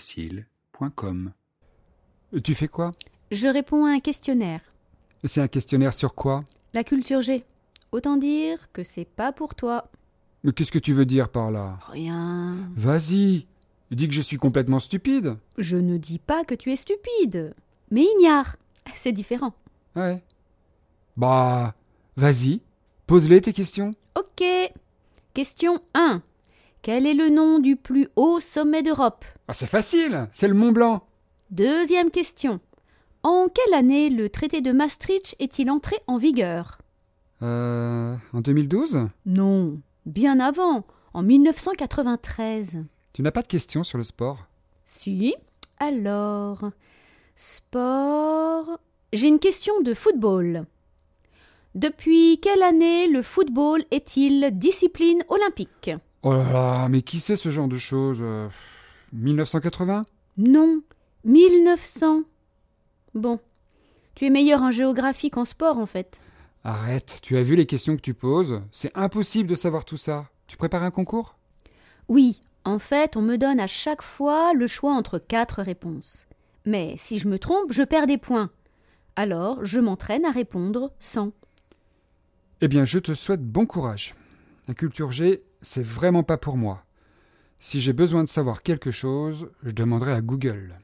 podcastfrancaisfacile.com. Tu fais quoi Je réponds à un questionnaire. C'est un questionnaire sur quoi La culture G. Autant dire que c'est pas pour toi. Mais qu'est-ce que tu veux dire par là Rien. Vas-y Dis que je suis complètement stupide Je ne dis pas que tu es stupide, mais ignare. C'est différent. Ouais. Bah, vas-y, pose-les tes questions. Ok. Question 1. Quel est le nom du plus haut sommet d'Europe Ah, c'est facile C'est le Mont Blanc Deuxième question. En quelle année le traité de Maastricht est-il entré en vigueur Euh. En 2012 Non, bien avant, en 1993. Tu n'as pas de questions sur le sport Si Alors, sport. J'ai une question de football. Depuis quelle année le football est-il discipline olympique Oh là là, mais qui c'est ce genre de choses euh, 1980 Non, 1900. Bon, tu es meilleur en géographie qu'en sport en fait. Arrête, tu as vu les questions que tu poses C'est impossible de savoir tout ça. Tu prépares un concours Oui, en fait, on me donne à chaque fois le choix entre quatre réponses. Mais si je me trompe, je perds des points. Alors, je m'entraîne à répondre sans. Eh bien, je te souhaite bon courage. La culture G, c'est vraiment pas pour moi. Si j'ai besoin de savoir quelque chose, je demanderai à Google.